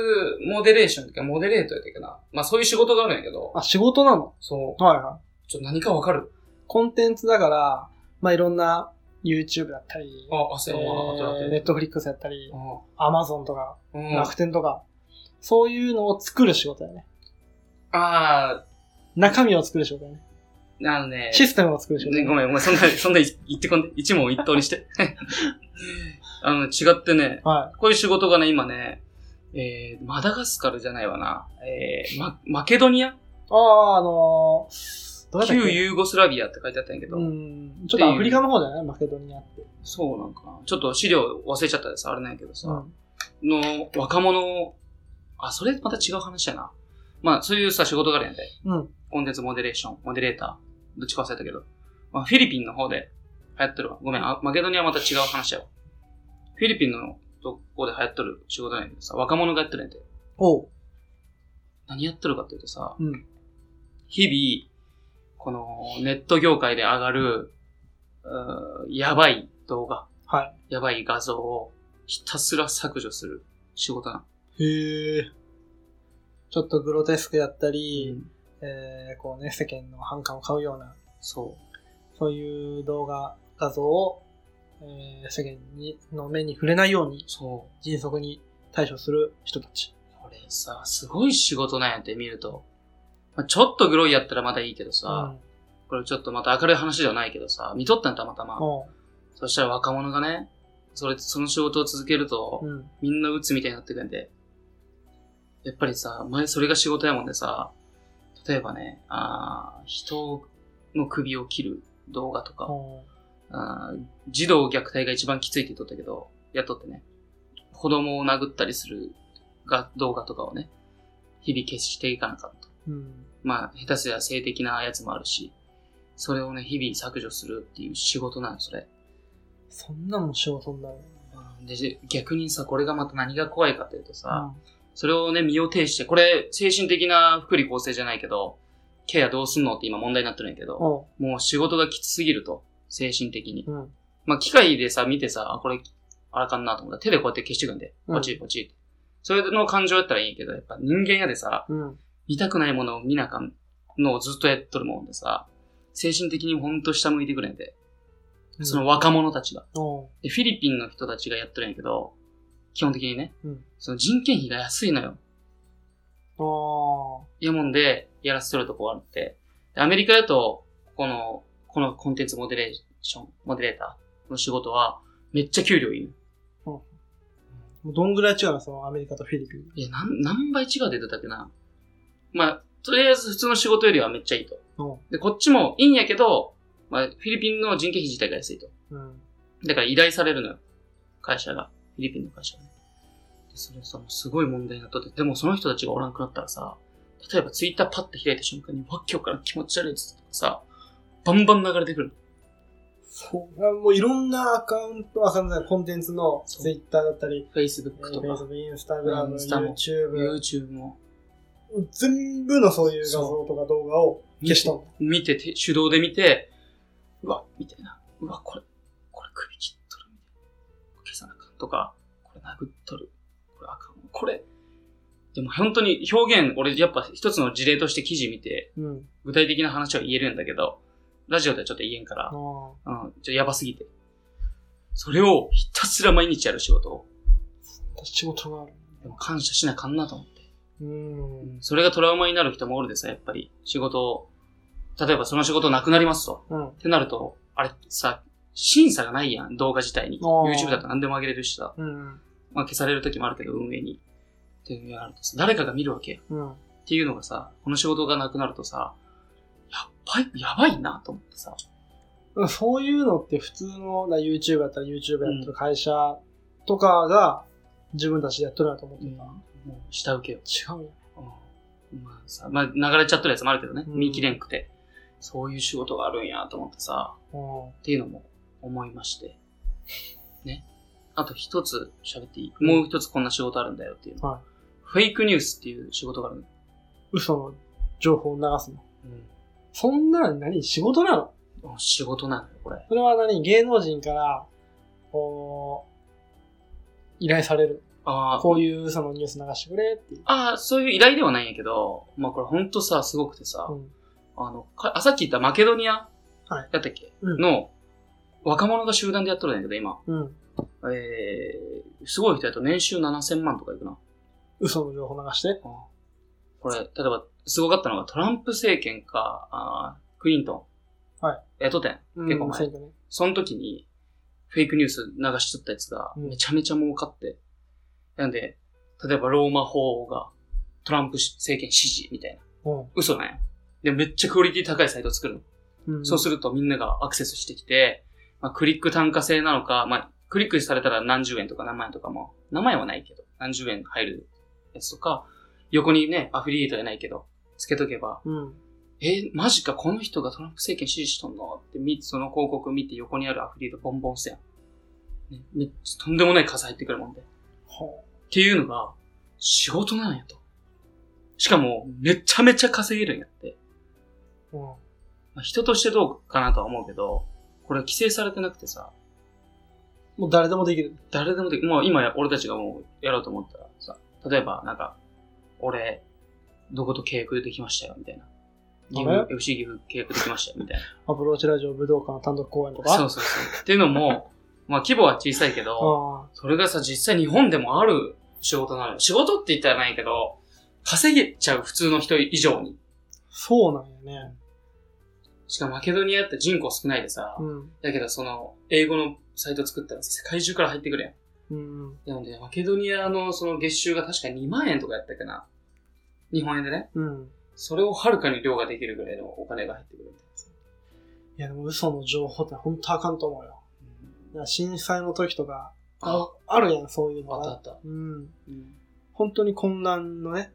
モデレーションとか、モデレートやったっけな。まあそういう仕事があるんやけど、
あ、仕事なの
そう、
はいは
ちょっと何かわかる
い。コンテンツだから、まあ、いろんな YouTube だったり、
あ、あ、そうや、あとだって。
ネットフリックスやったり、
あ
Amazon とか、
うん、あ
楽天とか、そういうのを作る仕事だよね。
あ
中身を作る仕事だよね。
ー、あのね、
システムを作る仕事だ
ね
よ
ご
ね。
めん、ごめん、そんな、 そんな言ってこんで、一問一答にして。 あの、違ってね、
は
こういう仕事がね、今ね、えー、マダガスカルじゃないわな、えー、マ、マケドニア
い。ああ、あのー、どうやったっ
旧
け
ユーゴスラビアって書いてあったんやけど、
うん。ちょっとアフリカの方じゃないマケドニアって。
そうなんかな。ちょっと資料忘れちゃったでさ、あれなんやけどさ、
うん。
の若者を、あ、それまた違う話やな。まあ、そういうさ、仕事があるやんで、
うん。
コンテンツモデレーション、モデレーター、どっちか忘れたけど、まあ、フィリピンの方で流行ってるわ。ごめん、あマケドニアはまた違う話やわ。フィリピンのとこで流行ってる仕事なんやけどさ、若者がやってるんやで、
おう。
何やってるかっていうとさ、
うん。
日々、このネット業界で上がる、うーやばい動画、
は
やばい画像をひたすら削除する仕事なの。
い。へえ。ちょっとグロテスクやったり、えー、こうね、世間の反感を買うような、
そ
そういう動画、画像を、えー、世間にの目に触れないよう
う。
に
そう。
迅速に対処する人たち。
これさ、すごい仕事なんやって見ると。まあ、ちょっとグロいやったらまだいいけどさ、これちょっとまた明るい話ではないけどさ、見とったんやたまたま
うん。。も
そしたら若者がね、それ、その仕事を続けると、
う、うん。
みんな鬱みたいになってくんで。やっぱりさ、前それが仕事やもんでさ、例えばね、あー人の首を切る動画とか、
も
あー児童虐待が一番きついって言っとったけど、やっとってね、子供を殴ったりするが動画とかをね、日々消していかなかった。
う、うん。
まあ、下手すりゃ性的なやつもあるし、それをね、日々削除するっていう仕事なの、それ。
そんなもん仕事になる。
うんで、じ逆にさ、これがまた何が怖いかっていうとさ、
あ
それをね、身を挺して、これ、精神的な福利厚生じゃないけど、ケアどうすんのって今問題になってるんやけど、
お
もう仕事がきつすぎると、精神的に。
う。うん。
まあ、機械でさ、見てさ、あ、これ、あらかんなと思ったら手でこうやって消していくんで、
うん
ポチポチって。それの感情やったらいいけど、やっぱ人間やでさ、
うん。
見たくないものを見なあかんのをずっとやっとるもんでさ、精神的にほんと下向いてくれんで、その若者たちが。
おう。
で、フィリピンの人たちがやっとるんやけど、基本的にね、
うん
その人件費が安いのよ。
おう。
いうもんでやらせてるとこあって、でアメリカだと、この、このコンテンツモデレーション、モデレーターの仕事は、めっちゃ給料いいの。
もうどんぐらい違うのそのアメリカとフィリピン。
いや、なん、何倍違うって言ってたっけな。まあ、とりあえず普通の仕事よりはめっちゃいいと。
おう。
で、こっちもいいんやけど、まあ、フィリピンの人件費自体が安いと。
うん。
だから依頼されるのよ。会社が。フィリピンの会社がね。で、それさ、もうすごい問題になっとって。でもその人たちがおらんくなったらさ、例えばツイッターパッて開いた瞬間に、わっきょから気持ち悪いやつとかさ、バンバン流れてくる。
そう。あもういろんなアカウント、アカウントじゃないコンテンツの
そう
ツイッターだったり、え
Facebook
ー
と
Facebook
か、
インスタグラム、
インスタも
YouTube、
YouTube も、
全部のそういう画像とか動画を消したの。
見てて、手動で見て、うわ、みたいな。うわ、これ、これ首切っとるみたいな。消さなあかんとか、これ殴っとる。これあかん。これ。でも本当に表現、俺やっぱ一つの事例として記事見て、
うん。
具体的な話は言えるんだけど、ラジオではちょっと言えんか
あ
ら、
ー
うん、ちょっとやばすぎて。それをひたすら毎日やる仕事を、
仕事がある。
でも感謝しなかんなと思って。
う。
うんんそれがトラウマになる人もおるでさ、やっぱり。仕事を、例えばその仕事なくなりますと。
うん。
ってなると、あれさ、審査がないやん、動画自体に。
あー
YouTube だと何でも上げれるしさ。
うん。
まあ消される時もあるけど、運営に。っていうのやるとさ、誰かが見るわけよ。
うん。
っていうのがさ、この仕事がなくなるとさ、やっばい、やばいなと思ってさ。
うんそういうのって普通のな YouTube やったら YouTube やってる会社とかが自分たちでやっとるなと思ってるから。
もう下請けよ。
違うよ。
うんまあさ、まあ流れちゃってるやつもあるけどね、
うん
見切れんくて。そういう仕事があるんやと思ってさ、っていうのも思いまして。ね。あと一つ喋っていいもう一つこんな仕事あるんだよっていうの。
はい
フェイクニュースっていう仕事があるの。
嘘の情報を流すの。そんなの何仕事なの
うん。仕事なのよ、これ。
それは何芸能人から、こう、依頼される。
あー
こういうそのニュース流してくれっていう。
あー、そういう依頼ではないんやけど、まあこれほんとさ、すごくてさ、
うん。
あの、かあさっき言ったマケドニア、
はい
やったっけ、
うん
の、若者が集団でやっとるんやけど、今。
うん。
えー、すごい人やと年収7000万とかいくな。
嘘の情報流して。
これ、例えば、すごかったのがトランプ政権か、あークリントン。
はい。
やっとったやん。
うん
結構前
選挙ね。
その時に、フェイクニュース流しとったやつが、
うん
めちゃめちゃ儲かって。なんで、例えばローマ法が、トランプ政権支持みたいな。
うん
嘘なんや。で、めっちゃクオリティ高いサイト作るの。
うん。
そうするとみんながアクセスしてきて、まあ、クリック単価制なのか、まあ、クリックされたら何十円とか何万円とかも、名前はないけど、何十円入るやつとか、横にね、アフィリエイトじゃないけど、つけとけば、
うん。
え、マジか、この人がトランプ政権支持しとんのって見、その広告見て横にあるアフィリエイトボンボン押すやん。ね、めっちゃとんでもない数入ってくるもんで。
ほ
っていうのが、仕事なんやと。しかも、めちゃめちゃ稼げるんやって。
う。うん。
まあ、人としてどうかなとは思うけど、これは規制されてなくてさ、
もう誰でもできる。
誰でもできもう今や俺たちがもうやろうと思ったらさ、例えばなんか、俺、どこと契約できましたよ、みたいな。岐
あ
阜、FC 岐阜契約できましたよ、みたいな。
アプローチラジオ武道館の単独公演とか。
そうそうそう。っていうのも、まあ規模は小さいけど、
あ
それがさ、実際日本でもある仕事なのよ。仕事って言ったらないけど、稼げちゃう普通の人以上に。
あ、そうなんやね。
しかもマケドニアって人口少ないでさ、
うん。
だけどその、英語のサイト作ったら世界中から入ってくるやん。
うんうん。
なので、マケドニアのその月収が確か2万円とかやったっけな。日本円でね。
うん。
それをはるかに量ができるぐらいのお金が入ってくるみたいです。
いや、でも嘘の情報って本当あかんと思うよ。いや震災の時とか、あ
あ
あるやん、そういうの
あったあ
が。
った。
うん。
うん
本当に混乱のね、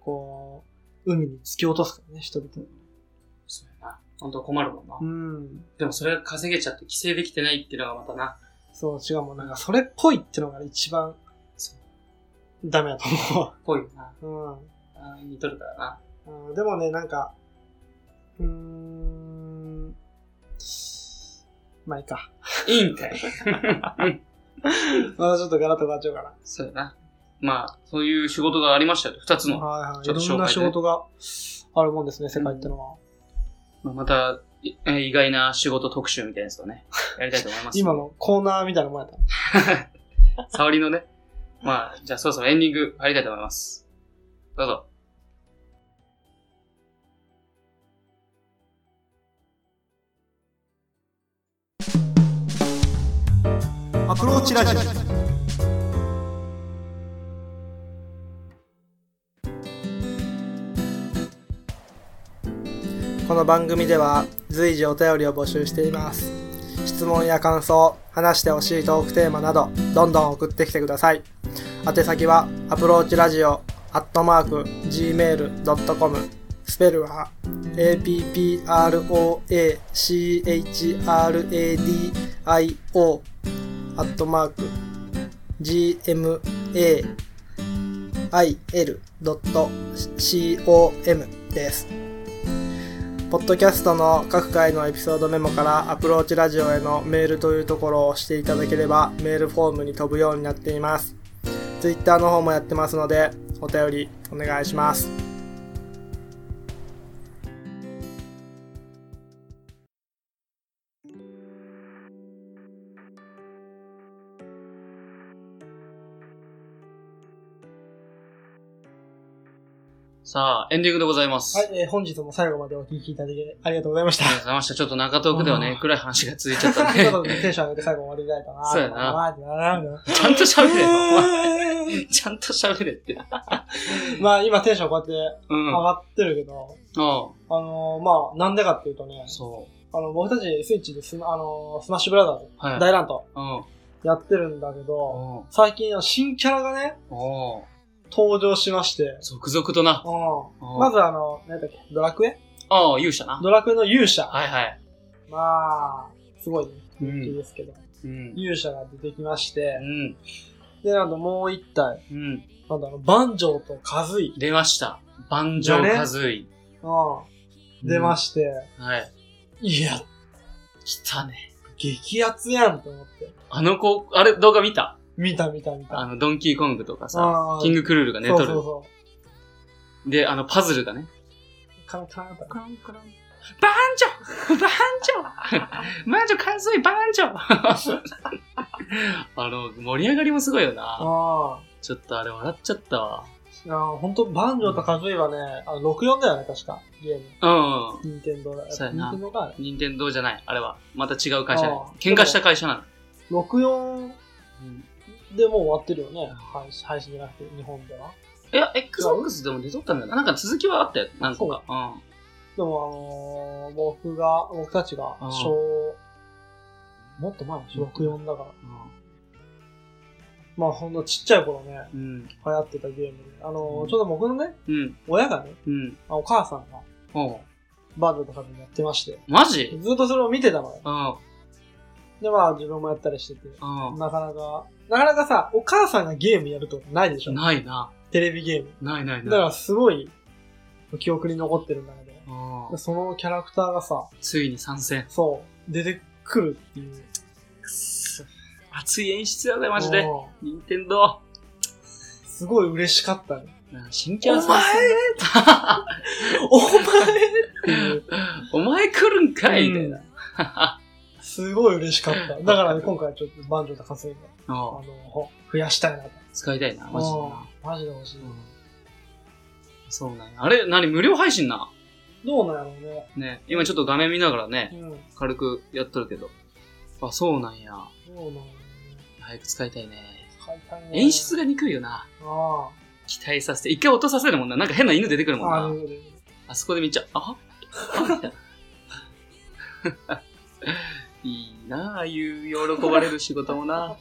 こう、海に突き落とすからね、人々を。
そうやな。本当困るもんな。
うん。
でもそれが稼げちゃって規制できてないっていうのがまたな。
そう、違うもん。なんか、それっぽいってのが一番
そう、
ダメだと思
ぽいよな。
う。
あー似とるからな。
うん。うん、でもね、なんか、うーん、まあいいか。
いいんかい。
またちょっとガラッと変わっちゃうか
そうやな。まあ、そういう仕事がありましたよ。二つ
ら。
も。
はいはい。
ちょっと
いろんな
紹介
仕
で
事があるもんですね、世界ってのは。
まあまた、いえー意外な仕事特集みたいなやつをね、やりたいと思い ます。
今のコーナーみたいなもんやったの。
沙織のね。まあ、じゃあそろそろエンディング入りたいと思います。どうぞ。
アプローチラジオ
この番組では随時お便りを募集しています質問や感想話してほしいトークテーマなどどんどん送ってきてください宛先はアプローチラジオアットマーク Gmail.com スペルは APPROACHRADIO アットマーク GMAIL.com ですポッドキャストの各回のエピソードメモからアプローチラジオへのメールというところを押していただければメールフォームに飛ぶようになっています。ツイッターの方もやってますのでお便りお願いします。
さあ、エンディングでございます。
はい、えー本日も最後までお聞きいただきありがとうございまし
あり
た
がとう。ございました。ちょっと中東区では
あ
ね
ー、
暗い話が続いちゃったん
とい
で
うこ、とでテンション上げて最後終わりたいかな。
そうやな
まあまあまあまあ
ちゃんと喋れよお前。ちゃんと喋れって。
まあ今テンションこうやって
うん。
上
あ
がってるけど、
あ、
あのーまあなんでかっていうとね、
そ
あの僕たちスイッチでス,、あのースマッシュブラザーズ、
う。はい。
大乱闘
うん。
やってるんだけど、
お
最近の新キャラがね、
うおう
登場しまして、
続々とな。
うん。
ん
まずあの、なんだっけ、ドラクエ
ああ、勇者な。
ドラクエの勇者。
はいはい。
まあ、すごいね。
う
いい
ん。
ですけど。
うん。
勇者が出てきまし
う
て、
ん。
で、なんともう一体、
うん。
なんだろう、バンジョーとカズイ。
出ました。万丈和井。
うん。出ま
し
して、
た。はい。
いや、
来たね。
激アツやんと思って。
あの子、あれ、動画見た
見た見た見
あ
た。
の、ドンキーコングとか
あ
さ
ー、
キングクルールが寝
そうそ
と
う
る。
そ
で、あの、パズルがね。
う。カランカランとか。
カランカラン。バンジョバンジョバンジョ完遂バンジョあの、盛り上がりもすごいよな。
あ
ちょっとあれ笑っちゃったわ。
ーあー。ほんと、バンジョーとカズイはね、あの64だよね、確か。ゲーム。
うん。
任天堂だ。
そうや
任
な
天堂が
任天堂じゃない。あれは。また違う会社ね
あー。
喧嘩した会社なの。
64
うん
でもう終わってるよね。配信配信じゃなくて、日本では。
いや、Xbox でも出とったんだよな。なんか続きはあったよ。なんとか。う
でも、あのー、僕が、僕たちが
うん
小、もっと前の小64だから。
ん
まあ、ほんのちっちゃい頃ね、
うん。
流行ってたゲームで。あのー
うん
ちょうど僕のね、
うん。
親がね、
うん。
あお母さんが、
おう
バンドとかでやってまして、
マジ
ずっとそれを見てたのよ。
うん。
で、まあ、自分もやったりしてて、
う
なかなか、なかなかさ、お母さんがゲームやるってことないでしょ
ん。ないな。
テレビゲーム。
ないない
だか
ない。
ら、すごい、記憶に残ってるんだけど、
うん
そのキャラクターがさ、
ついに参戦。
そう、出てくるっていう。
くっそ熱い演出やで、マジで。
うん
任天堂。
すごい嬉しか ったね。
新キャ
お
ラ
前
参戦。
お前っていう。
お前来るんかいみたいな。
うんすごい嬉しかった。だからね、今回ちょっとバンジョーとカスミあ
うん
の、増やしたいなと。
使いたいな、マジでな。
うんマジで欲しい。
そうなんや。あれ何無料配信な。
どうなんやろうね。
ね。今ちょっと画面見ながらね、
うん。
軽くやっとるけど。あ、そうなんや。
どうなんやろうね。
早く使いたいね。
買いたいね
演出が憎いよな。
あ
期待させて。一回落とさせるもんな。なんか変な犬出てくる
あ。
もん
ああ、
な
いう。ことで
あそこで見ちゃう。あ いいなあ、ああいう喜ばれる仕事もな。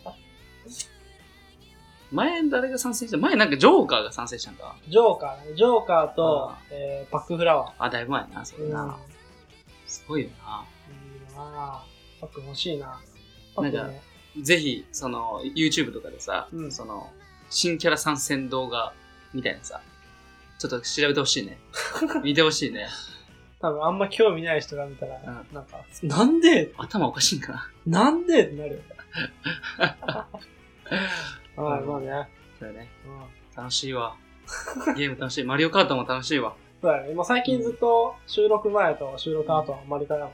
前、誰が参戦した前、なんかジョーカーが参戦したんか。
ジョーカーね。ジョーカーと
あ、
えーパックフラワ
あ、だいぶ前やな、そ
ー。
れ
うん。いい
な。
な
すごいよな。
あパック欲しいな。パック
なん
ね。
ぜひ、その、YouTube とかでさ、
うん
その、新キャラ参戦動画みたいなさ、ちょっと調べてほしいね。見てほしいね。
多分あんま興味ない人が見たら、
うん
なんか、なんで
頭おかしいんかな。
なんでってな るよ。はい、まあね。
そうだね。
うん。
楽しいわ。ゲーム楽しい。マリオカートも楽しいわ。
そうだね。まあ最近ずっと収録前と収録後はあんまりかなもんね。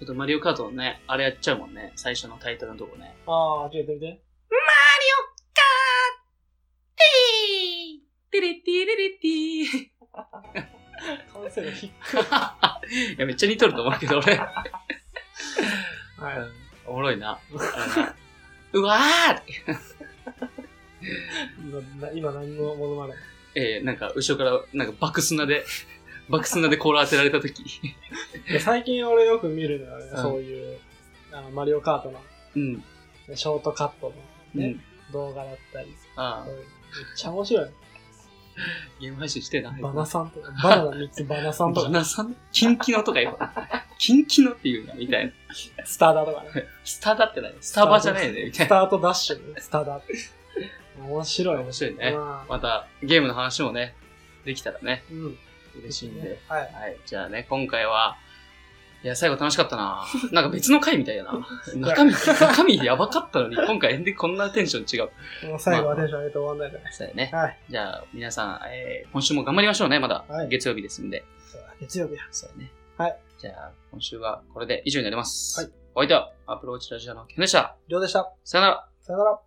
ちょっとマリオカートのね、あれやっちゃうもんね。最初のタイトルのとこね。
ああ、ちょっとやってみて。
テレティレレティ
完成度低い。
いや、めっちゃ似とると思うけど、俺。
はい。
おもろいな。うわー
今、今何のものまね。
えー、なんか、後ろから、なんか、バクスナで、バクスナでコーラ当てられたとき。
いや最近俺よく見るのはね、
うん
そういう、あの、マリオカートの
うん。
ねショートカットの
う
ね
ん、。
動画だったり。
ああ
そういうめっちゃ面白い。
ゲーム配信してな。
バナさんとか、バナナ3つ、バナさんと
バ
か、
ナさんキンキノとか言うわ。キンキノって言うな、みたいな。
スターダとかね。
スターだってない。スタバじゃねえね、みた
ス
いな。
タートダッシュね、スターダって。面白い。
面白いね。
う
また、ゲームの話もね、できたらね、
ん。うん。
嬉しいんで。。
はい。
はい。じゃあね、今回は、いや、最後楽しかった な。なんか別の回みたいだな。中身、中身やばかったのに、今回エンディングこんなテンション違う。
もう最後はテンション上げて終わんないから。
そうだよね。
はい。
じゃあ、皆さん、えー、今週も頑張りましょうね、まだ。
はい
月曜日ですんで。
そうだ月曜日や。
そうだね。
はい。
じゃあ、今週はこれで以上になります。。
はい
お相手は、アプローチラジオのケンでした。
りょうでした。
さよなら。
さよなら。